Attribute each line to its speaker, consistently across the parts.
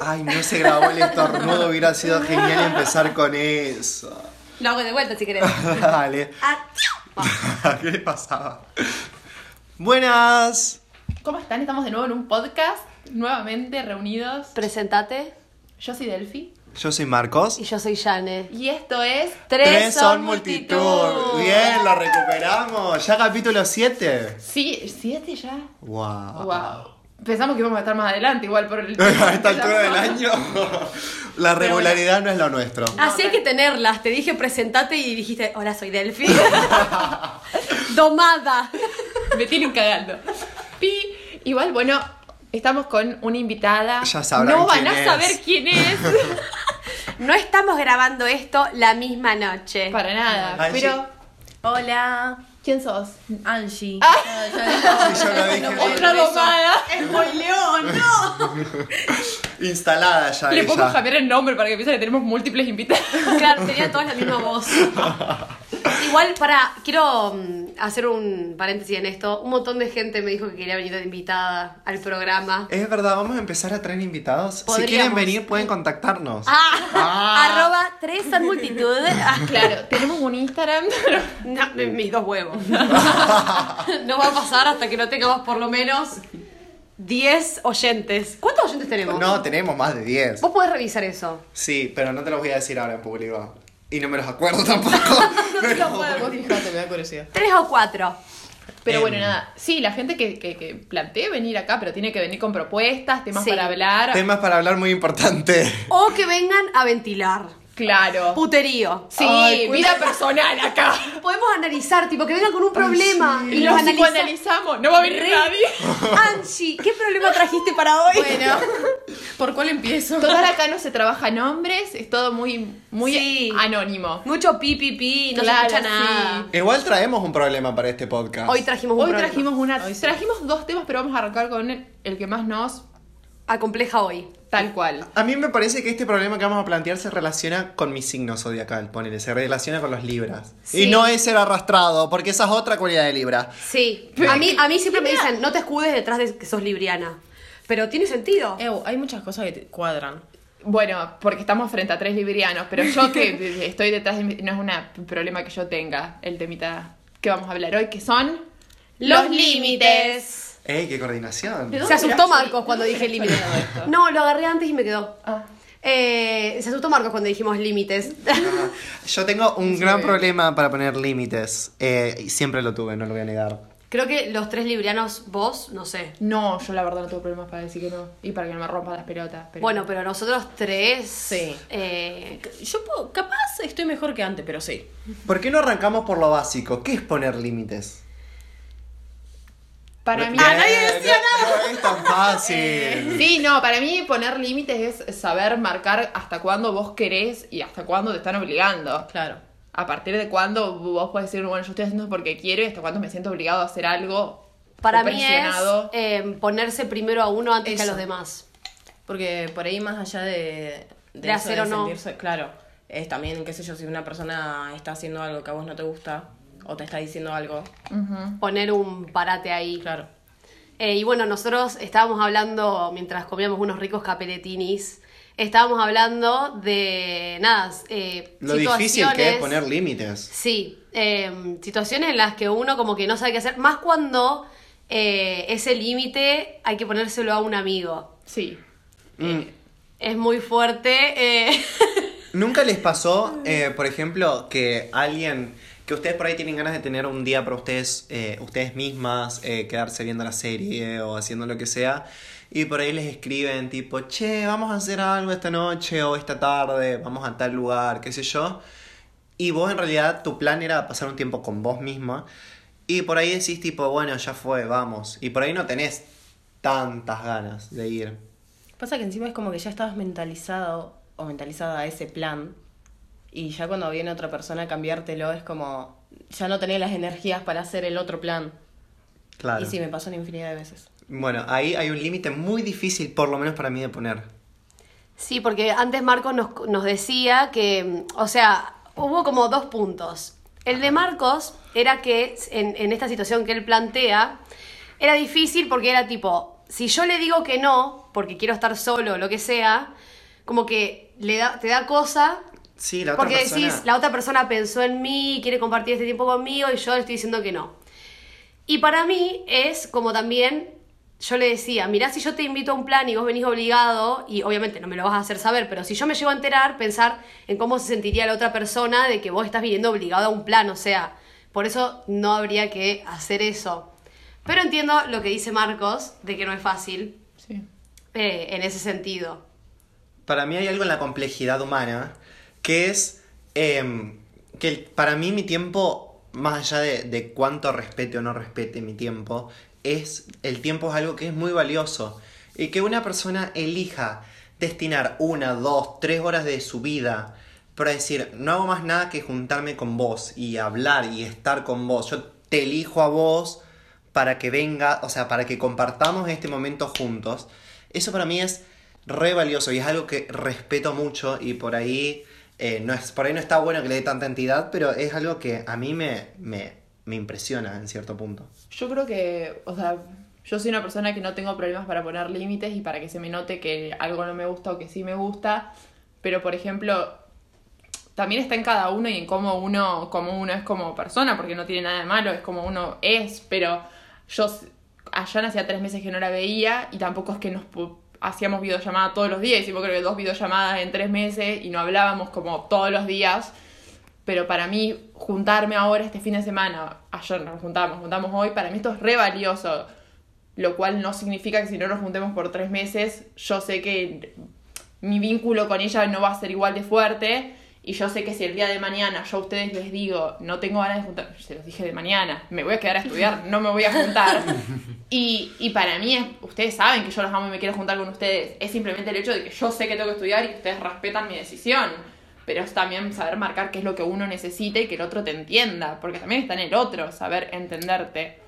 Speaker 1: ay, no se grabó el estornudo, hubiera sido genial empezar con eso.
Speaker 2: Lo hago de vuelta si querés.
Speaker 1: Dale.
Speaker 2: Ah,
Speaker 1: ¿Qué le pasaba? Buenas.
Speaker 3: ¿Cómo están? Estamos de nuevo en un podcast, nuevamente reunidos.
Speaker 2: Presentate.
Speaker 3: Yo soy Delphi
Speaker 1: Yo soy Marcos.
Speaker 2: Y yo soy Jane.
Speaker 3: y esto es
Speaker 1: Bien, lo recuperamos. Ya capítulo 7.
Speaker 3: Sí, siete ya.
Speaker 1: Wow.
Speaker 3: Wow. Pensamos que íbamos a estar más adelante, igual por el.
Speaker 1: A esta altura del año, la regularidad no es lo nuestro.
Speaker 2: Así hay que tenerlas. Te dije presentate y dijiste, hola, soy Delphi. Domada.
Speaker 3: Me tienen cagando. Pi. Igual, bueno, estamos con una invitada.
Speaker 1: Ya sabrán
Speaker 3: No van
Speaker 1: quién
Speaker 3: a
Speaker 1: es.
Speaker 3: saber quién es.
Speaker 2: No estamos grabando esto la misma noche.
Speaker 3: Para nada.
Speaker 1: Angie.
Speaker 3: Pero,
Speaker 4: Hola,
Speaker 3: ¿quién sos?
Speaker 4: Angie.
Speaker 2: Ah.
Speaker 1: Sí, yo lo dije.
Speaker 3: Otra domada.
Speaker 2: ¡Es muy león! ¡No!
Speaker 1: Instalada ya
Speaker 3: Le
Speaker 1: ella.
Speaker 3: pongo Javier el nombre para que piensen que tenemos múltiples invitados.
Speaker 2: Claro, tenía todas la misma voz. Igual, para. Quiero mm, hacer un paréntesis en esto. Un montón de gente me dijo que quería venir de invitada al programa.
Speaker 1: Es verdad, vamos a empezar a traer invitados.
Speaker 2: Podríamos.
Speaker 1: Si quieren venir, pueden contactarnos.
Speaker 2: Ah,
Speaker 1: Ah.
Speaker 2: Arroba tres al multitud. Ah,
Speaker 3: Claro, tenemos un Instagram.
Speaker 2: no, mi- mis dos huevos. No va a pasar hasta que no tengamos por lo menos 10 oyentes. ¿Cuántos oyentes tenemos?
Speaker 1: No, tenemos más de 10.
Speaker 2: Vos podés revisar eso.
Speaker 1: Sí, pero no te los voy a decir ahora en público. Y no me los acuerdo tampoco. Pero-
Speaker 3: fíjate, me da curiosidad.
Speaker 2: Tres o cuatro.
Speaker 3: Pero
Speaker 1: Em.
Speaker 3: bueno, nada. Sí, la gente que, que, que plantee venir acá, pero tiene que venir con propuestas, temas
Speaker 2: Sí.
Speaker 3: para hablar.
Speaker 1: Temas para hablar muy importantes.
Speaker 2: O que vengan a ventilar.
Speaker 3: claro.
Speaker 2: Puterío.
Speaker 3: sí,
Speaker 1: Ay,
Speaker 3: vida personal acá.
Speaker 2: Podemos analizar, tipo, que vengan con un problema y
Speaker 3: Y
Speaker 2: los
Speaker 3: lo
Speaker 2: analizamos.
Speaker 3: psicoanalizamos. No va a venir nadie.
Speaker 2: Angie, ¿qué problema trajiste para hoy?
Speaker 4: ¿por cuál empiezo?
Speaker 3: Total, acá no se trabaja nombres, es todo muy, muy
Speaker 2: Sí.
Speaker 3: anónimo.
Speaker 2: Mucho pi, pi, pi, no
Speaker 3: Claro,
Speaker 2: se escucha nada.
Speaker 3: sí.
Speaker 1: Igual traemos un problema para este podcast.
Speaker 2: Hoy trajimos un
Speaker 3: Hoy
Speaker 2: problema.
Speaker 3: trajimos una. Trajimos dos temas, pero vamos a arrancar con el, el que más nos.
Speaker 2: Acompleja hoy.
Speaker 3: Tal cual.
Speaker 1: A mí me parece que este problema que vamos a plantear se relaciona con mi signo zodiacal, ponele, se relaciona con los libras.
Speaker 2: Sí.
Speaker 1: Y no es ser arrastrado, porque esa es otra cualidad de libra.
Speaker 2: Sí, a mí, a mí siempre me dicen, no te escudes detrás de que sos libriana. Pero tiene sentido.
Speaker 4: Ew, hay muchas cosas que te cuadran.
Speaker 3: Bueno, porque estamos frente a tres librianos, pero yo que estoy detrás de mi- no es una- un problema que yo tenga el temita que vamos a hablar hoy, que son
Speaker 1: ¡Ey, qué coordinación!
Speaker 3: ¿De dónde
Speaker 2: Se asustó
Speaker 3: era?
Speaker 2: Marcos cuando dije límites.
Speaker 3: hablando esto?
Speaker 2: No, lo agarré antes y me quedó.
Speaker 3: Ah.
Speaker 2: Eh, se asustó Marcos cuando dijimos límites.
Speaker 1: Ah, Yo tengo un gran problema para poner límites. Eh, y siempre lo tuve, no lo voy a negar.
Speaker 2: Creo que los tres librianos, vos, no sé.
Speaker 3: No, yo la verdad no tengo problemas para decir que no y para que no me rompa las pelotas. pero-
Speaker 2: Bueno, pero nosotros tres.
Speaker 4: Sí.
Speaker 2: eh,
Speaker 4: Yo puedo, capaz estoy mejor que antes, pero sí.
Speaker 1: ¿Por qué no arrancamos por lo básico? ¿Qué es poner límites?
Speaker 3: para mí.
Speaker 1: Ah, nada! No es tan fácil.
Speaker 3: Sí, no, para mí poner límites es saber marcar hasta cuándo vos querés y hasta cuándo te están obligando.
Speaker 4: Claro.
Speaker 3: A partir de cuándo vos podés decir, bueno, yo estoy haciendo esto porque quiero y hasta cuándo me siento obligado a hacer algo.
Speaker 2: para
Speaker 3: o
Speaker 2: mí es
Speaker 3: presionado.
Speaker 2: eh, ponerse primero a uno antes que a
Speaker 4: Eso.
Speaker 2: los demás.
Speaker 4: Porque por ahí más allá de...
Speaker 2: De hacer o no.
Speaker 4: claro, es también, qué sé yo, si una persona está haciendo algo que a vos no te gusta o te está diciendo algo.
Speaker 2: Poner un parate ahí.
Speaker 4: Claro.
Speaker 2: Eh, y bueno, nosotros estábamos hablando, mientras comíamos unos ricos capeletinis, estábamos hablando de, nada, eh,
Speaker 1: Lo difícil que es
Speaker 2: situaciones-
Speaker 1: poner límites.
Speaker 2: Sí, eh, situaciones en las que uno como que no sabe qué hacer, más cuando eh, ese límite hay que ponérselo a un amigo.
Speaker 3: Sí.
Speaker 1: Mm.
Speaker 2: Es muy fuerte. eh.
Speaker 1: ¿Nunca les pasó, eh, por ejemplo, que alguien, que ustedes por ahí tienen ganas de tener un día para ustedes, eh, ustedes mismas, eh, quedarse viendo la serie o haciendo lo que sea, y por ahí les escriben tipo, che, vamos a hacer algo esta noche o esta tarde, vamos a tal lugar, qué sé yo, y vos en realidad tu plan era pasar un tiempo con vos misma, y por ahí decís tipo, bueno, ya fue, vamos, y por ahí no tenés tantas ganas de ir.
Speaker 4: Pasa que encima es como que ya estabas mentalizado o mentalizada a ese plan. Y ya cuando viene otra persona a cambiártelo es como... Ya no tenés las energías para hacer el otro plan.
Speaker 1: Claro.
Speaker 4: Y sí, me pasó una infinidad de veces.
Speaker 1: Bueno, ahí hay un límite muy difícil, por lo menos para mí, de poner.
Speaker 2: Sí, porque antes Marcos nos, nos decía que, mm, o sea, hubo como dos puntos. El de Marcos era que en, en esta situación que él plantea, era difícil porque era tipo, si yo le digo que no, porque quiero estar solo o lo que sea, como que le da, te da cosa.
Speaker 1: Sí, la otra
Speaker 2: porque
Speaker 1: persona.
Speaker 2: decís, la otra persona pensó en mí, quiere compartir este tiempo conmigo y yo le estoy diciendo que no. Y para mí es como también, yo le decía, mirá si yo te invito a un plan y vos venís obligado, y obviamente no me lo vas a hacer saber, pero si yo me llego a enterar, pensar en cómo se sentiría la otra persona de que vos estás viniendo obligado a un plan, o sea, por eso no habría que hacer eso. Pero entiendo lo que dice Marcos, de que no es fácil
Speaker 3: Sí.
Speaker 2: eh, en ese sentido.
Speaker 1: Para mí hay algo en la complejidad humana que es eh, que el- para mí mi tiempo, más allá de, de cuánto respete o no respete mi tiempo, es el tiempo es algo que es muy valioso y que una persona elija destinar una, dos, tres horas de su vida para decir no hago más nada que juntarme con vos y hablar y estar con vos. Yo te elijo a vos para que venga, o sea, para que compartamos este momento juntos. Eso para mí es re valioso y es algo que respeto mucho y por ahí, eh, no es, por ahí no está bueno que le dé tanta entidad, pero es algo que a mí me, me, me impresiona en cierto punto.
Speaker 3: Yo creo que, o sea, yo soy una persona que no tengo problemas para poner límites y para que se me note que algo no me gusta o que sí me gusta, pero por ejemplo, también está en cada uno y en cómo uno, cómo uno es como persona, porque no tiene nada de malo, es como uno es, pero yo s- a Jan hacía tres meses que no la veía y tampoco es que nos pu- hacíamos videollamada todos los días, hicimos creo que dos videollamadas en tres meses y no hablábamos como todos los días. Pero para mí, juntarme ahora este fin de semana, ayer nos juntamos, juntamos hoy, para mí esto es re valioso. Lo cual no significa que si no nos juntemos por tres meses, yo sé que mi vínculo con ella no va a ser igual de fuerte. Y yo sé que si el día de mañana yo a ustedes les digo, no tengo ganas de juntar, se los dije de mañana, me voy a quedar a estudiar, no me voy a juntar. Y, y para mí, es, ustedes saben que yo los amo y me quiero juntar con ustedes. Es simplemente el hecho de que yo sé que tengo que estudiar y ustedes respetan mi decisión pero es también saber marcar qué es lo que uno necesita y que el otro te entienda, porque también está en el otro saber entenderte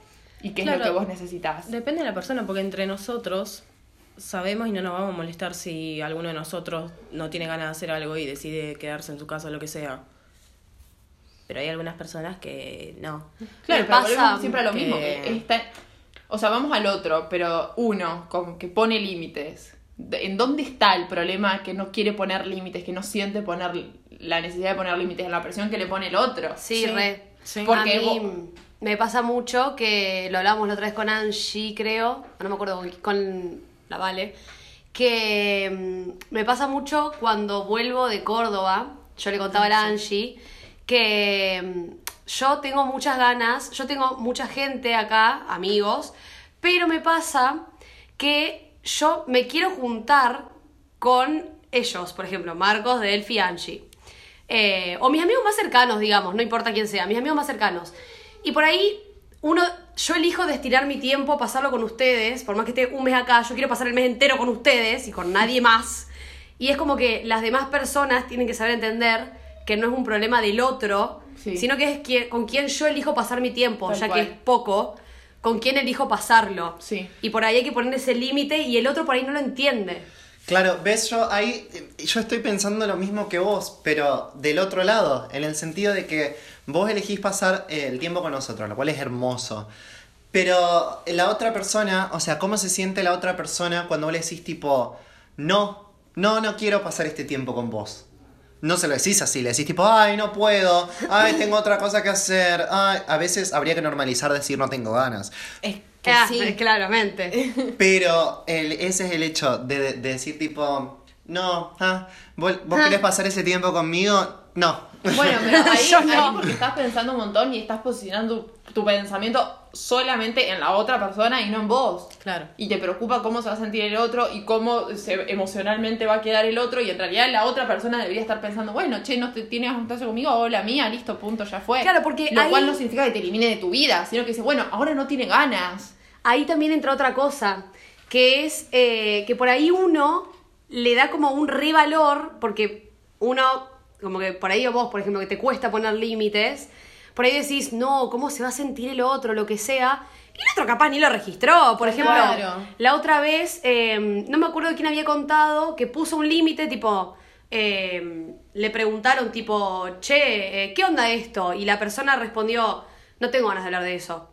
Speaker 3: y qué es lo
Speaker 4: Claro.
Speaker 3: que vos necesitas.
Speaker 4: Depende de la persona, porque entre nosotros sabemos y no nos vamos a molestar si alguno de nosotros no tiene ganas de hacer algo y decide quedarse en su casa o lo que sea. Pero hay algunas personas que no.
Speaker 3: Claro,
Speaker 2: Me
Speaker 3: pero
Speaker 2: pasa
Speaker 3: volvemos siempre a lo
Speaker 4: que-
Speaker 3: mismo. que está- o sea, vamos al otro, pero uno como que pone límites. De- ¿En dónde está el problema que no quiere poner límites, que no siente poner la necesidad de poner límites en la presión que le pone el otro?
Speaker 2: Sí,
Speaker 4: Sí,
Speaker 2: re.
Speaker 4: sí.
Speaker 2: Porque
Speaker 3: Porque
Speaker 2: a mí
Speaker 3: vos-
Speaker 2: me pasa mucho que lo hablábamos la otra vez con Angie, creo, no me acuerdo, con- con la Vale, que mm, me pasa mucho cuando vuelvo de Córdoba, yo le contaba a la Angie, que mm, yo tengo muchas ganas, yo tengo mucha gente acá, amigos, pero me pasa que yo me quiero juntar con ellos, por ejemplo, Marcos, Delphi, Angie. Eh, o mis amigos más cercanos, digamos, no importa quién sea, mis amigos más cercanos. Y por ahí, uno, yo elijo destinar mi tiempo a pasarlo con ustedes, por más que esté un mes acá, yo quiero pasar el mes entero con ustedes y con nadie más. Y es como que las demás personas tienen que saber entender que no es un problema del otro,
Speaker 3: Sí.
Speaker 2: sino que es quien- con quien yo elijo pasar mi tiempo,
Speaker 3: Tal
Speaker 2: ya
Speaker 3: cual.
Speaker 2: que es poco, con quien elijo pasarlo.
Speaker 3: Sí.
Speaker 2: Y por ahí hay que poner ese límite y el otro por ahí no lo entiende.
Speaker 1: Claro, ves, yo ahí, yo estoy pensando lo mismo que vos, pero del otro lado, en el sentido de que vos elegís pasar eh, el tiempo con nosotros, lo cual es hermoso. Pero la otra persona, o sea, ¿cómo se siente la otra persona cuando vos le decís tipo, no, no, no quiero pasar este tiempo con vos? No se lo decís así, le decís tipo, ay, no puedo, ay, tengo otra cosa que hacer, ay, a veces habría que normalizar decir no tengo ganas.
Speaker 4: Es que
Speaker 2: Ah,
Speaker 4: sí.
Speaker 2: Claramente.
Speaker 1: Pero el- ese es el hecho de, de decir tipo, no, ah, ¿vos, vos
Speaker 2: Ah.
Speaker 1: querés pasar ese tiempo conmigo? No.
Speaker 3: Bueno, pero ahí,
Speaker 2: Yo
Speaker 3: ahí
Speaker 2: no.
Speaker 3: porque estás pensando un montón y estás posicionando tu pensamiento solamente en la otra persona y no en vos.
Speaker 4: Claro.
Speaker 3: Y te preocupa cómo se va a sentir el otro y cómo se, emocionalmente va a quedar el otro. Y en realidad la otra persona debería estar pensando, bueno, che, no te tienes que juntarse conmigo, hola mía, listo, punto, ya fue.
Speaker 2: Claro, porque
Speaker 3: Lo
Speaker 2: ahí-
Speaker 3: cual no significa que te elimine de tu vida, sino que dice, bueno, ahora no tiene ganas.
Speaker 2: ahí también entra otra cosa, que es eh, que por ahí uno le da como un re valor, porque uno, como que por ahí o vos, por ejemplo, que te cuesta poner límites, por ahí decís, no, ¿cómo se va a sentir el otro? Lo que sea. Y el otro capaz ni lo registró, por ejemplo.
Speaker 4: Claro.
Speaker 2: La otra vez, eh, no me acuerdo quién había contado que puso un límite, tipo, eh, le preguntaron, tipo, che, eh, ¿qué onda esto? Y la persona respondió, no tengo ganas de hablar de eso.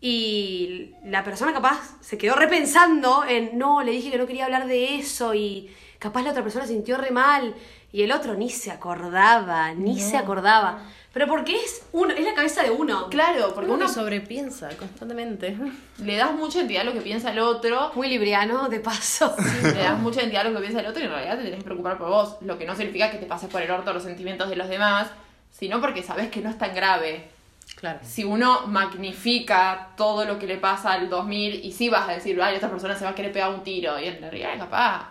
Speaker 2: Y la persona capaz se quedó repensando en, no, le dije que no quería hablar de eso y capaz la otra persona sintió re mal y el otro ni se acordaba, ni se acordaba. Pero porque es uno, es la cabeza de uno.
Speaker 3: Claro, porque
Speaker 4: Porque uno
Speaker 3: uno
Speaker 4: sobrepiensa constantemente.
Speaker 3: le das mucha entidad a lo que piensa el otro,
Speaker 2: Muy libriano, de paso.
Speaker 3: le das mucha entidad a lo que piensa el otro y en realidad te tenés que preocupar por vos. Lo que no significa que te pases por el orto los sentimientos de los demás, sino porque sabes que no es tan grave.
Speaker 4: Claro.
Speaker 3: Si uno magnifica todo lo que le pasa al 2000 y sí vas a decir, ay, esta persona se va a querer pegar un tiro, y en realidad capaz,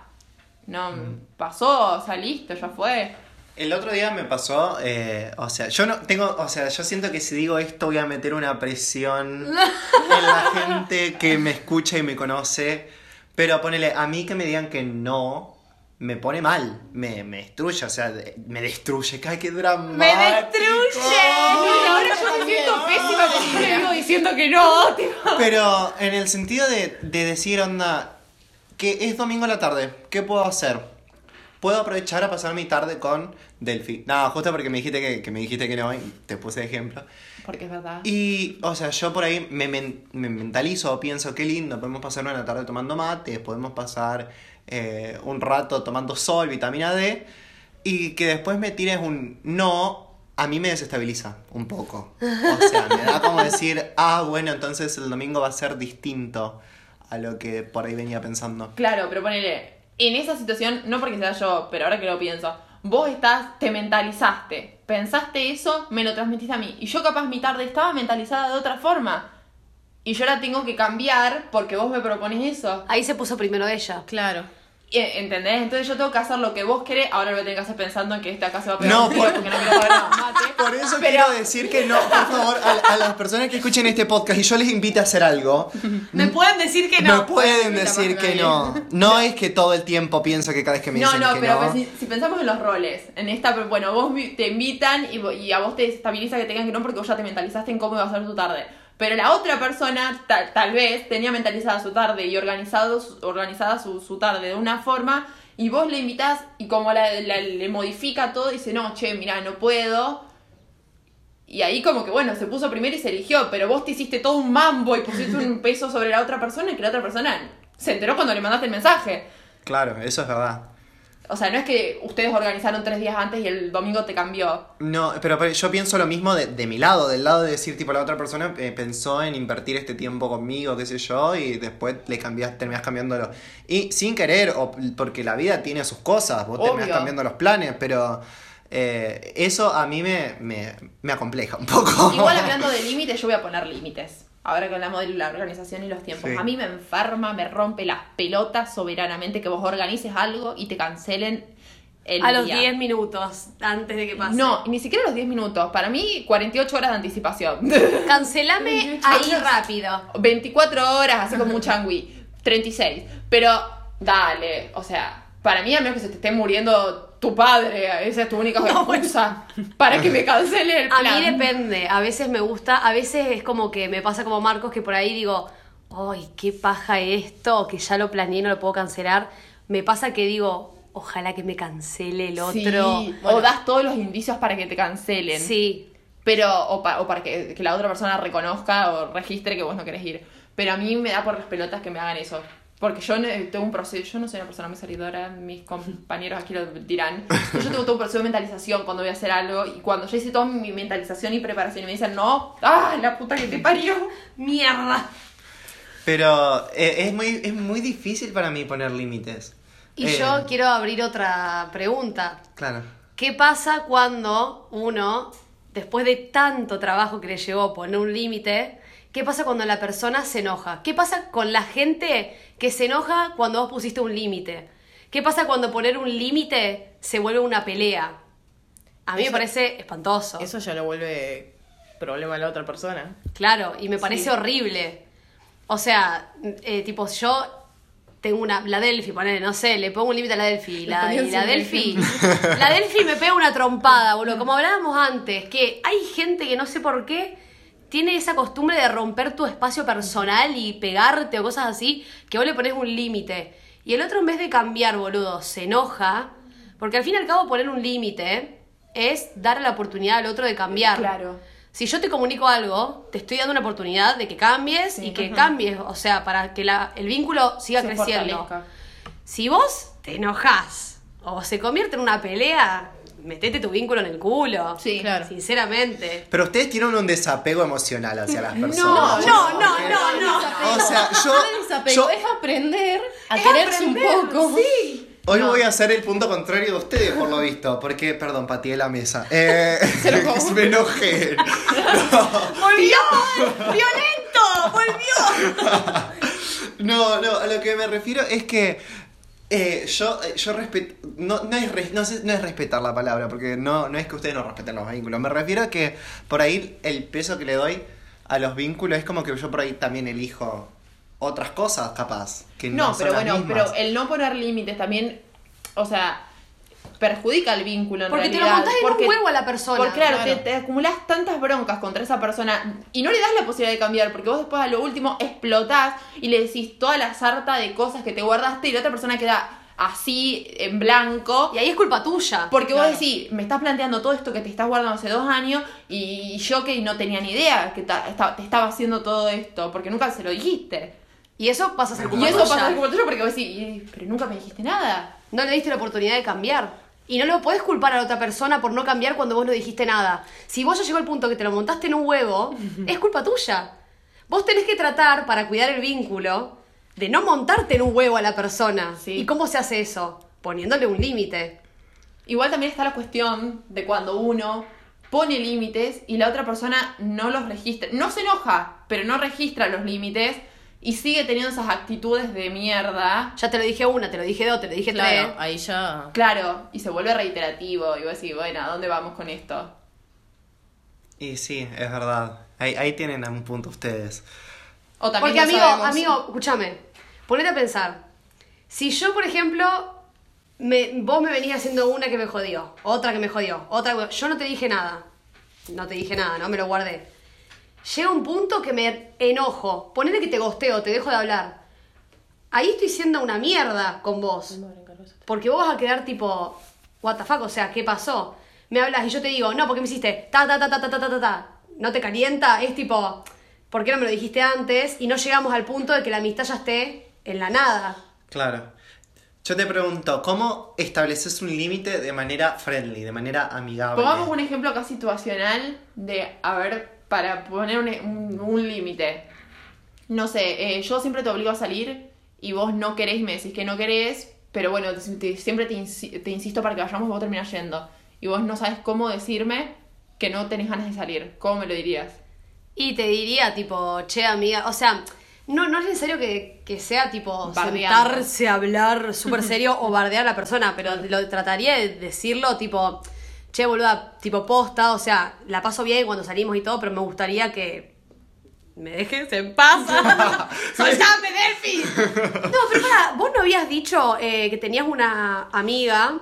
Speaker 3: no, pasó, o sea, listo, ya fue.
Speaker 1: El otro día me pasó, eh, o sea, yo no tengo, o sea, yo siento que si digo esto voy a meter una presión en la gente que me escucha y me conoce, pero ponele, a mí que me digan que no, me pone mal, me, me destruye, o sea, de- me destruye, ¡ay, qué drama! ¡Me destruye!
Speaker 3: Ahora yo me siento pésima porque siempre vivo diciendo que no, tipo.
Speaker 1: Pero en el sentido de, de decir, onda, que es domingo a la tarde, ¿qué puedo hacer? Puedo aprovechar a pasar mi tarde con Delphi. Nada, justo porque me dijiste que, que me dijiste que no, y te puse de ejemplo.
Speaker 3: Porque es verdad.
Speaker 1: Y, o sea, yo por ahí me, men- me mentalizo, pienso, qué lindo, podemos pasar una tarde tomando mates, podemos pasar eh, un rato tomando sol, vitamina D, y que después me tires un no, a mí me desestabiliza un poco. O sea, me da como decir, ah, bueno, entonces el domingo va a ser distinto a lo que por ahí venía pensando.
Speaker 3: Claro, pero ponele, en esa situación, no porque sea yo, pero ahora que lo pienso, vos estás, te mentalizaste, pensaste eso, me lo transmitiste a mí. Y yo capaz mi tarde estaba mentalizada de otra forma. Y yo la tengo que cambiar porque vos me propones eso.
Speaker 2: Ahí se puso primero ella.
Speaker 4: Claro.
Speaker 3: E- ¿Entendés? Entonces yo tengo que hacer lo que vos querés, ahora lo voy a tener que hacer pensando en que esta casa va a pegar
Speaker 1: No,
Speaker 3: un tiro
Speaker 1: por-
Speaker 3: porque no quiero pagar los mates.
Speaker 1: Por eso
Speaker 3: Pero-
Speaker 1: quiero decir que no, por favor, a, a las personas que escuchen este podcast y yo les invito a hacer algo,
Speaker 2: Me pueden decir que
Speaker 1: No
Speaker 2: no.
Speaker 1: pueden
Speaker 3: Está más
Speaker 1: decir que
Speaker 3: bien.
Speaker 1: no. No es que todo el tiempo pienso que cada vez que me
Speaker 3: No,
Speaker 1: dicen
Speaker 3: no,
Speaker 1: que
Speaker 3: pero
Speaker 1: no.
Speaker 3: pues, si, si pensamos en los roles, en esta, pero bueno, vos vi- te invitan y, vo- y a vos te desestabiliza que tengan que no porque vos ya te mentalizaste en cómo iba a ser tu tarde. Pero la otra persona ta- tal vez tenía mentalizada su tarde y organizado su- organizada su, su tarde de una forma y vos le invitás y como la, la- le modifica todo dice, no, che, mirá, no puedo. Y ahí como que bueno, se puso primero y se eligió, pero vos te hiciste todo un mambo y pusiste un peso sobre la otra persona y que la otra persona se enteró cuando le mandaste el mensaje.
Speaker 1: Claro, eso es verdad.
Speaker 3: O sea, no es que ustedes organizaron tres días antes y el domingo te cambió.
Speaker 1: No, pero, pero yo pienso lo mismo de, de mi lado, del lado de decir, tipo, la otra persona eh, pensó en invertir este tiempo conmigo, qué sé yo, y después le cambias, terminás cambiándolo. Y sin querer, o p- porque la vida tiene sus cosas, vos terminás
Speaker 3: Obvio.
Speaker 1: cambiando los planes, pero eh, eso a mí me, me, me acompleja un poco.
Speaker 3: Igual hablando de límites, yo voy a poner límites. Ahora que hablamos de la organización y los tiempos.
Speaker 1: Sí.
Speaker 3: A mí me enferma, me rompe las pelotas soberanamente que vos organices algo y te cancelen el
Speaker 2: A los
Speaker 3: día.
Speaker 2: 10 minutos antes de que pase.
Speaker 3: No, ni siquiera los 10 minutos. Para mí, 48 horas de anticipación.
Speaker 2: Cancelame ahí rápido.
Speaker 3: 24 horas, así como un changui. 36. Pero, dale, o sea, para mí, a menos que se te esté muriendo tu padre, esa es tu única excusa para que me cancele el
Speaker 2: A
Speaker 3: plan.
Speaker 2: mí depende. A veces me gusta, a veces es como que me pasa como Marcos que por ahí digo, ay, qué paja esto, que ya lo planeé, no lo puedo cancelar. Me pasa que digo, ojalá que me cancele el
Speaker 3: Sí,
Speaker 2: otro.
Speaker 3: O das todos los indicios para que te cancelen.
Speaker 2: Sí.
Speaker 3: Pero, o, pa- o para que, que la otra persona reconozca o registre que vos no querés ir. Pero a mí me da por las pelotas que me hagan eso. Porque yo no- tengo un proceso, yo no soy una persona muy salidora, mis compañeros aquí lo dirán. Pero Yo tengo todo un proceso de mentalización cuando voy a hacer algo y cuando yo hice toda mi mentalización y preparación y me dicen, no, ah, la puta que te parió.
Speaker 2: Mierda.
Speaker 1: Pero eh, es, muy, es muy difícil para mí poner límites.
Speaker 2: Y
Speaker 1: Eh,
Speaker 2: yo quiero abrir otra pregunta.
Speaker 1: Claro.
Speaker 2: ¿Qué pasa cuando uno, después de tanto trabajo que le llevó poner un límite, qué pasa cuando la persona se enoja? ¿Qué pasa con la gente que se enoja cuando vos pusiste un límite? ¿Qué pasa cuando poner un límite se vuelve una pelea? A mí me
Speaker 4: Eso-
Speaker 2: parece espantoso.
Speaker 4: Eso ya lo vuelve problema a la otra persona.
Speaker 2: Claro, y me parece
Speaker 4: Sí.
Speaker 2: horrible. O sea, eh, tipo, yo tengo una. La Delphi, ponele, no sé, le pongo un límite a la Delphi. y La,
Speaker 4: ponía
Speaker 2: y la
Speaker 4: siempre Mm.
Speaker 2: Delphi. La Delphi me pega una trompada, boludo. Como hablábamos antes, que hay gente que no sé por qué tiene esa costumbre de romper tu espacio personal y pegarte o cosas así, que vos le pones un límite. Y el otro, en vez de cambiar, boludo, se enoja. Porque al fin y al cabo, poner un límite es dar la oportunidad al otro de cambiar.
Speaker 3: Claro.
Speaker 2: si yo te comunico algo, te estoy dando una oportunidad de que cambies
Speaker 3: Sí.
Speaker 2: y que
Speaker 3: Ujú.
Speaker 2: cambies, o sea, para que la, el vínculo siga
Speaker 3: Se
Speaker 2: creciendo.
Speaker 3: fortalezca.
Speaker 2: Si vos te enojás o se convierte en una pelea, metete tu vínculo en el culo.
Speaker 3: Sí,
Speaker 4: claro.
Speaker 2: Sinceramente.
Speaker 1: Pero ustedes tienen un desapego emocional hacia las personas.
Speaker 2: No, no, no, no, no.
Speaker 1: O sea, yo,
Speaker 5: Desapego
Speaker 1: yo
Speaker 5: es aprender a
Speaker 2: Es
Speaker 5: quererse un
Speaker 2: aprender,
Speaker 5: poco.
Speaker 1: hoy voy a hacer el punto contrario de ustedes, por lo visto. Porque, perdón, pateé la mesa. Eh, me enojé.
Speaker 2: ¡Volvió! ¡Violento! ¡Volvió!
Speaker 1: No, no, a lo que me refiero es que eh, yo, eh, yo respeto. No, no, es res- no, sé- no es respetar la palabra, porque no, no es que ustedes no respeten los vínculos. Me refiero a que por ahí el peso que le doy a los vínculos es como que yo por ahí también elijo otras cosas, capaz. Que no,
Speaker 3: No, pero
Speaker 1: son las
Speaker 3: bueno,
Speaker 1: mismas.
Speaker 3: pero el no poner límites también, o sea, perjudica el vínculo en
Speaker 2: Porque te lo
Speaker 3: realidad,
Speaker 2: montás en un huevo a la persona.
Speaker 3: Porque claro,
Speaker 5: Claro.
Speaker 3: Te, te acumulás tantas broncas contra esa persona y no le das la posibilidad de cambiar, porque vos después a lo último explotás y le decís toda la sarta de cosas que te guardaste y la otra persona queda así, en blanco.
Speaker 2: Y ahí es culpa tuya.
Speaker 3: Porque
Speaker 5: Claro.
Speaker 3: vos decís, me estás planteando todo esto que te estás guardando hace dos años y yo que no tenía ni idea que ta- esta- te estaba haciendo todo esto, porque nunca se lo dijiste.
Speaker 2: Y eso pasa a ser
Speaker 3: Y
Speaker 2: culpa
Speaker 3: eso
Speaker 2: tuya.
Speaker 3: pasa como tuyo porque vos decís, "Y- pero nunca me dijiste nada.
Speaker 2: No le diste la oportunidad de cambiar. Y no lo podés culpar a la otra persona por no cambiar cuando vos no dijiste nada. Si vos ya llegó el punto que te lo montaste en un huevo, es culpa tuya. Vos tenés que tratar para cuidar el vínculo de no montarte en un huevo a la persona.
Speaker 3: Sí.
Speaker 2: ¿Y cómo se hace eso? Poniéndole un límite.
Speaker 3: Igual también está la cuestión de cuando uno pone límites y la otra persona no los registra. No se enoja, pero no registra los límites y sigue teniendo esas actitudes de mierda.
Speaker 2: Ya te lo dije una, te lo dije dos, te lo dije
Speaker 4: Claro,
Speaker 2: tres.
Speaker 4: ahí ya.
Speaker 3: Claro, y se vuelve reiterativo y vos decís, bueno, ¿a dónde vamos con esto?
Speaker 1: Y sí, es verdad. Ahí, ahí tienen a un punto ustedes.
Speaker 3: O también
Speaker 2: Porque
Speaker 3: no
Speaker 2: amigo,
Speaker 3: sabemos-
Speaker 2: amigo, escúchame, ponete a pensar. Si yo, por ejemplo, me, vos me venís haciendo una que me jodió, otra que me jodió, otra que- yo no te dije nada. No te dije nada, no me lo guardé. Llega un punto que me enojo. Ponele que te gosteo, te dejo de hablar. Ahí estoy siendo una mierda con vos. Porque vos vas a quedar tipo, what the fuck, o sea, ¿qué pasó? Me hablas y yo te digo, no, porque me hiciste ta, ta, ta, ta, ta, ta, ta, ta, ta. No te calienta, es tipo, ¿por qué no me lo dijiste antes? Y no llegamos al punto de que la amistad ya esté en la nada.
Speaker 1: Claro. Yo te pregunto, ¿cómo estableces un límite de manera friendly, de manera amigable?
Speaker 3: Pongamos un ejemplo acá situacional de, a ver, para poner un, un- un límite. No sé, eh, yo siempre te obligo a salir y vos no querés y me decís que no querés, pero bueno, te- te- siempre te, insi- te insisto para que vayamos, vos terminás yendo. Y vos no sabes cómo decirme que no tenés ganas de salir. ¿Cómo me lo dirías?
Speaker 2: Y te diría, tipo, che, amiga, o sea, no, no es necesario que, que sea, tipo,
Speaker 3: Bardeando.
Speaker 2: sentarse a hablar súper serio o bardear a la persona, pero lo trataría de decirlo, tipo, che, boluda, tipo, posta, o sea, la paso bien cuando salimos y todo, pero me gustaría que me dejes en paz. ¡Soltame, Delphi! No, pero pará, vos no habías dicho eh, que tenías una amiga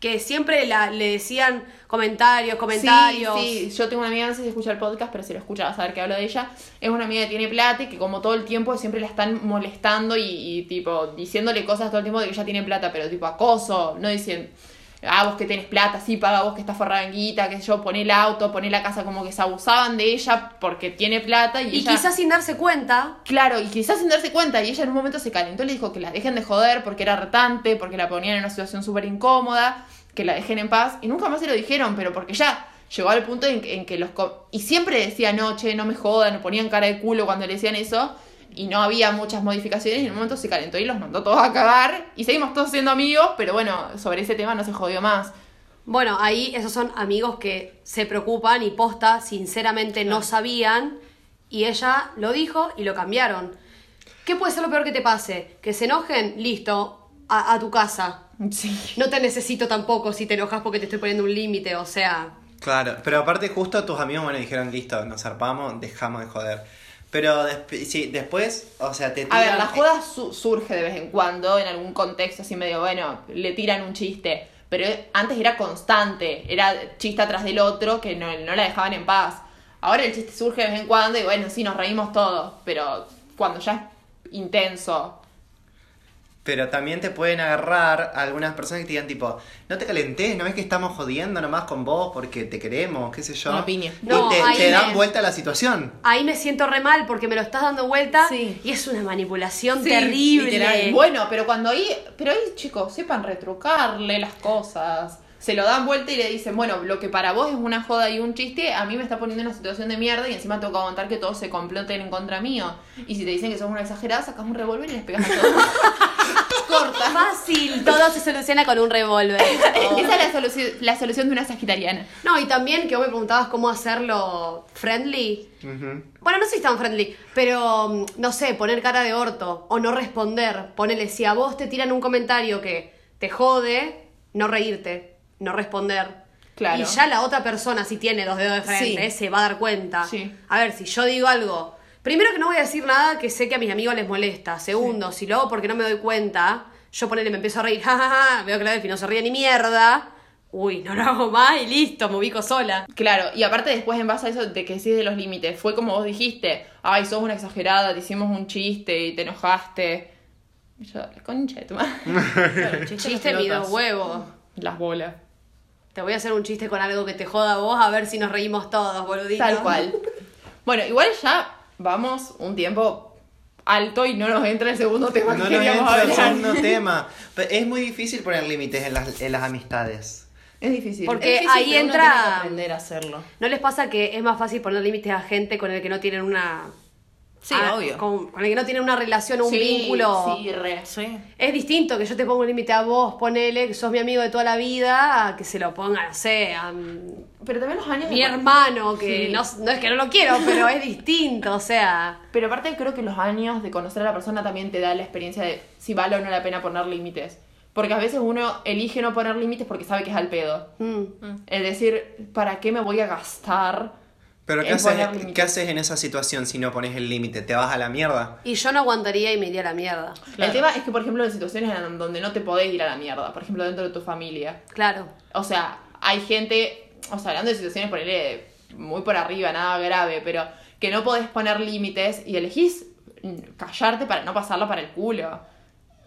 Speaker 2: que siempre la- le decían comentarios, comentarios.
Speaker 3: Sí, sí, yo tengo una amiga, no sé si escucha el podcast, pero si lo escucha vas a saber que hablo de ella. Es una amiga que tiene plata y que como todo el tiempo siempre la están molestando y, y, tipo diciéndole cosas todo el tiempo de que ella tiene plata, pero tipo acoso, no dicen, ah, vos que tenés plata, sí, paga vos que estás forrada en guita, qué sé yo, poné el auto, poné la casa, como que se abusaban de ella porque tiene plata y,
Speaker 2: Y
Speaker 3: ella-
Speaker 2: quizás sin darse cuenta,
Speaker 3: Claro, y quizás sin darse cuenta, y ella en un momento se calentó y le dijo que la dejen de joder porque era retante, porque la ponían en una situación súper incómoda, que la dejen en paz, y nunca más se lo dijeron, pero porque ya llegó al punto en, en que los... co- Y siempre decía, no, che, no me jodan, ponían cara de culo cuando le decían eso, y no había muchas modificaciones, y en un momento se calentó y los mandó todos a cagar, y seguimos todos siendo amigos, pero bueno, sobre ese tema no se jodió más.
Speaker 2: Bueno, ahí esos son amigos que se preocupan y posta, sinceramente no sabían y ella lo dijo y lo cambiaron. ¿Qué puede ser lo peor que te pase? Que se enojen, listo, a, a tu casa.
Speaker 3: Sí.
Speaker 2: No te necesito tampoco si te enojas porque te estoy poniendo un límite, o sea.
Speaker 1: Claro, pero aparte justo tus amigos bueno dijeron, listo, nos zarpamos, dejamos de joder. Pero desp- sí, después, o sea, te
Speaker 3: A ver,
Speaker 1: tiran-
Speaker 3: la joda su- surge de vez en cuando, en algún contexto así medio, bueno, le tiran un chiste. Pero antes era constante, era chiste atrás del otro que no, no la dejaban en paz. Ahora el chiste surge de vez en cuando y bueno, sí, nos reímos todos, pero cuando ya es intenso.
Speaker 1: Pero también te pueden agarrar a algunas personas que te digan tipo, no te calentes, no es que estamos jodiendo nomás con vos porque te queremos, qué sé yo.
Speaker 4: Una piña.
Speaker 1: Y
Speaker 2: No,
Speaker 1: te,
Speaker 2: ahí
Speaker 1: te dan
Speaker 2: me-
Speaker 1: vuelta a la situación.
Speaker 2: Ahí me siento re mal porque me lo estás dando vuelta
Speaker 4: Sí.
Speaker 2: y es una manipulación
Speaker 4: Sí,
Speaker 2: terrible.
Speaker 4: literal.
Speaker 3: Bueno, pero cuando ahí, pero ahí chicos, sepan retrucarle las cosas. Se lo dan vuelta y le dicen, bueno, lo que para vos es una joda y un chiste, a mí me está poniendo en una situación de mierda y encima tengo que aguantar que todos se comploten en contra mío. Y si te dicen que sos una exagerada, sacas un revólver y les pegas a todos. Corta.
Speaker 2: Fácil, todo se soluciona con un revólver.
Speaker 3: Esa es la, solución- la solución de una sagitariana.
Speaker 2: No, y también que vos me preguntabas cómo hacerlo friendly.
Speaker 1: Ujú.
Speaker 2: Bueno, no soy tan friendly, pero mm, no sé, poner cara de orto o no responder. Ponele, si a vos te tiran un comentario que te jode, no reírte, no responder.
Speaker 3: Claro.
Speaker 2: Y ya la otra persona, si tiene dos dedos de frente,
Speaker 4: Sí.
Speaker 2: se va a dar cuenta.
Speaker 3: Sí.
Speaker 2: A ver, si yo digo algo, primero que no voy a decir nada que sé que a mis amigos les molesta. Segundo, si lo hago porque no me doy cuenta, yo ponele, me empiezo a reír, jajaja, veo que la delfín no se ríe ni mierda. Uy, no lo hago más y listo, me ubico sola.
Speaker 3: Claro, y aparte después en base a eso de que decís de los límites, fue como vos dijiste, ay, sos una exagerada, te hicimos un chiste y te enojaste. Y Yo, la concha de tu madre.
Speaker 4: Claro,
Speaker 2: Chiste
Speaker 4: las
Speaker 2: mi
Speaker 4: pelotas.
Speaker 2: dos huevos.
Speaker 3: Las bolas.
Speaker 2: Te voy a hacer un chiste con algo que te joda a vos, a ver si nos reímos todos, boludito.
Speaker 3: Tal cual. Bueno, igual ya vamos un tiempo alto y no nos entra el segundo tema
Speaker 1: No
Speaker 3: que
Speaker 1: nos
Speaker 3: queríamos
Speaker 1: entra el
Speaker 3: hablar.
Speaker 1: segundo tema. Pero es muy difícil poner límites en las, en las amistades.
Speaker 3: Es difícil.
Speaker 2: Porque-
Speaker 4: Es difícil,
Speaker 2: ahí
Speaker 4: pero uno
Speaker 2: entra-
Speaker 4: tiene que aprender a hacerlo.
Speaker 2: ¿No les pasa que es más fácil poner límites a gente con el que no tienen una...
Speaker 4: Sí,
Speaker 2: a-
Speaker 4: obvio.
Speaker 2: Con, con el que no tienen una relación o un
Speaker 3: Sí,
Speaker 2: vínculo.
Speaker 3: Sí, re.
Speaker 4: Sí.
Speaker 2: Es distinto que yo te ponga un límite a vos, ponele, que sos mi amigo de toda la vida, a que se lo ponga, no sé, a mm,
Speaker 3: Pero también los años.
Speaker 2: mi
Speaker 3: de-
Speaker 2: hermano, que
Speaker 3: Sí.
Speaker 2: no, no es que no lo quiero, pero es distinto, o sea...
Speaker 3: Pero aparte creo que los años de conocer a la persona también te da la experiencia de si vale o no la pena poner límites. Porque a veces uno elige no poner límites porque sabe que es al pedo.
Speaker 2: mm.
Speaker 3: Es decir, ¿para qué me voy a gastar?
Speaker 1: Pero ¿qué
Speaker 3: en
Speaker 1: haces,
Speaker 3: poner límites?
Speaker 1: ¿qué haces en esa situación si no pones el límite? ¿Te vas a la mierda?
Speaker 2: Y yo no aguantaría y me iría a la mierda.
Speaker 4: Claro.
Speaker 3: El tema es que, por ejemplo, en situaciones en donde no te podés ir a la mierda, por ejemplo, dentro de tu familia.
Speaker 2: Claro.
Speaker 3: O sea, hay gente, o sea, hablando de situaciones por muy por arriba, nada grave, pero que no podés poner límites y elegís mm, callarte para no pasarla para el culo.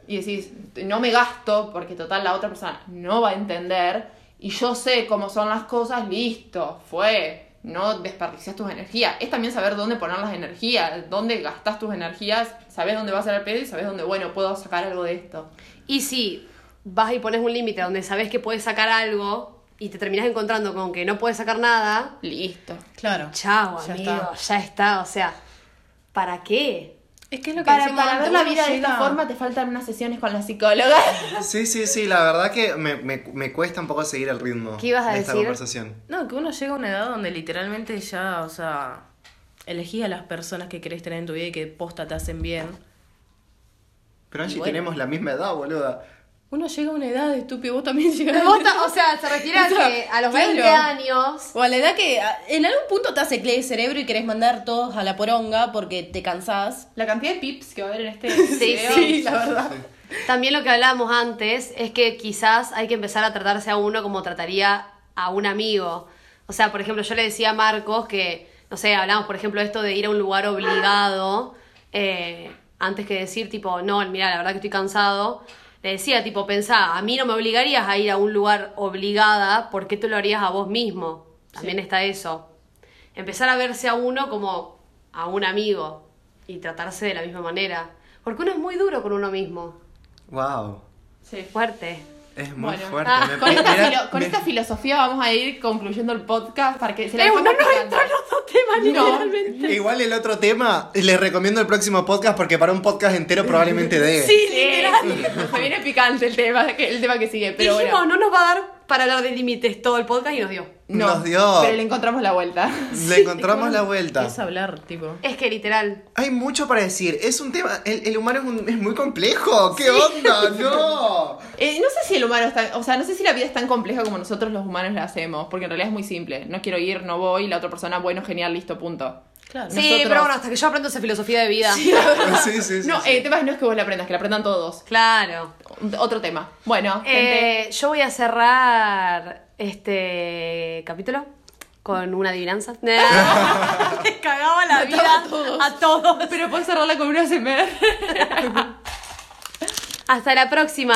Speaker 3: Y decís, no me gasto porque total la otra persona no va a entender y yo sé cómo son las cosas, listo, fue. No desperdicias tus energías. Es también saber dónde poner las energías, dónde gastas tus energías, sabes dónde vas a el pedo y sabes dónde, bueno, puedo sacar algo de esto.
Speaker 2: Y si vas y pones un límite donde sabes que puedes sacar algo y te terminas encontrando con que no puedes sacar nada,
Speaker 3: Listo.
Speaker 4: Claro.
Speaker 2: chao,
Speaker 4: Ya
Speaker 2: amigo,
Speaker 4: está.
Speaker 2: ya está, o sea, ¿para qué?
Speaker 4: Es que es lo que
Speaker 3: Para,
Speaker 4: decís,
Speaker 3: para
Speaker 4: cuando
Speaker 3: ver la
Speaker 4: uno
Speaker 3: vida de
Speaker 4: llega-
Speaker 3: esta forma te faltan unas sesiones con la psicóloga.
Speaker 1: Sí, sí, sí, la verdad que me, me- me cuesta un poco seguir el ritmo
Speaker 2: ¿Qué ibas a
Speaker 1: de esta
Speaker 2: decir?
Speaker 1: conversación.
Speaker 4: No, que uno llega a una edad donde literalmente ya, o sea, elegís a las personas que querés tener en tu vida y que posta te hacen bien.
Speaker 1: Pero Angie,
Speaker 4: Y bueno.
Speaker 1: tenemos la misma edad, boluda.
Speaker 4: Uno llega a una edad, estúpido, vos también llegas.
Speaker 2: Vos ta- o sea, se refiere a que a los
Speaker 4: Claro.
Speaker 2: 20 años.
Speaker 5: O a la edad que a- en algún punto te hace clic el cerebro y querés mandar todos a la poronga porque te cansás.
Speaker 3: La cantidad de pips que va a haber en este
Speaker 2: Sí,
Speaker 3: video,
Speaker 2: sí.
Speaker 3: la verdad.
Speaker 2: También lo que hablábamos antes es que quizás hay que empezar a tratarse a uno como trataría a un amigo. O sea, por ejemplo, yo le decía a Marcos que, no sé, hablamos, por ejemplo, esto de ir a un lugar obligado, eh, antes que decir, tipo, no, mira, la verdad que estoy cansado. Le decía, tipo, pensá, a mí no me obligarías a ir a un lugar obligada, ¿por qué tú lo harías a vos mismo? También está eso. Empezar a verse a uno como a un amigo y tratarse de la misma manera. Porque uno es muy duro con uno mismo.
Speaker 1: Wow.
Speaker 3: Sí.
Speaker 2: Fuerte.
Speaker 1: Es muy
Speaker 3: Bueno.
Speaker 1: fuerte.
Speaker 2: Ah,
Speaker 1: me-
Speaker 3: Con, esta,
Speaker 1: mira,
Speaker 3: filo- con
Speaker 1: me-
Speaker 3: esta filosofía vamos a ir concluyendo el podcast para que se
Speaker 2: Eh,
Speaker 3: la
Speaker 2: no
Speaker 3: podamos
Speaker 2: nos
Speaker 3: pasar.
Speaker 2: entró en los dos temas,
Speaker 3: No.
Speaker 2: literalmente.
Speaker 1: Igual el otro tema, les recomiendo el próximo podcast porque para un podcast entero probablemente dé.
Speaker 2: Sí, literal.
Speaker 3: Sí, se viene picante el tema, que- el tema que sigue, pero
Speaker 2: Dijimos,
Speaker 3: bueno.
Speaker 2: no nos va a dar para hablar de límites todo el podcast y nos dio.
Speaker 3: No,
Speaker 1: Nos dio.
Speaker 3: Pero le encontramos la vuelta.
Speaker 1: Le encontramos la vuelta.
Speaker 4: Es hablar, tipo.
Speaker 2: Es que literal.
Speaker 1: Hay mucho para decir. Es un tema. El, el humano es, un- es muy complejo. ¿Qué onda? ¡No!
Speaker 3: Eh, no sé si el humano está, o sea, no sé si la vida es tan compleja como nosotros los humanos la hacemos, porque en realidad es muy simple. No quiero ir, no voy, la otra persona, bueno, genial, listo, punto.
Speaker 4: Claro.
Speaker 2: Sí,
Speaker 3: Nosotros-
Speaker 2: pero bueno, hasta que yo aprendo esa filosofía de vida.
Speaker 1: Sí, sí, sí.
Speaker 3: No,
Speaker 1: sí.
Speaker 3: eh, el tema no es que vos la aprendas, que la aprendan todos.
Speaker 2: Claro.
Speaker 3: Otro tema. Bueno, gente.
Speaker 2: Eh, yo voy a cerrar este capítulo con una adivinanza. Les cagaba la
Speaker 3: Mataba
Speaker 2: vida
Speaker 3: a todos.
Speaker 2: a todos.
Speaker 3: Pero puedes cerrarla con una SMR.
Speaker 2: Hasta la próxima.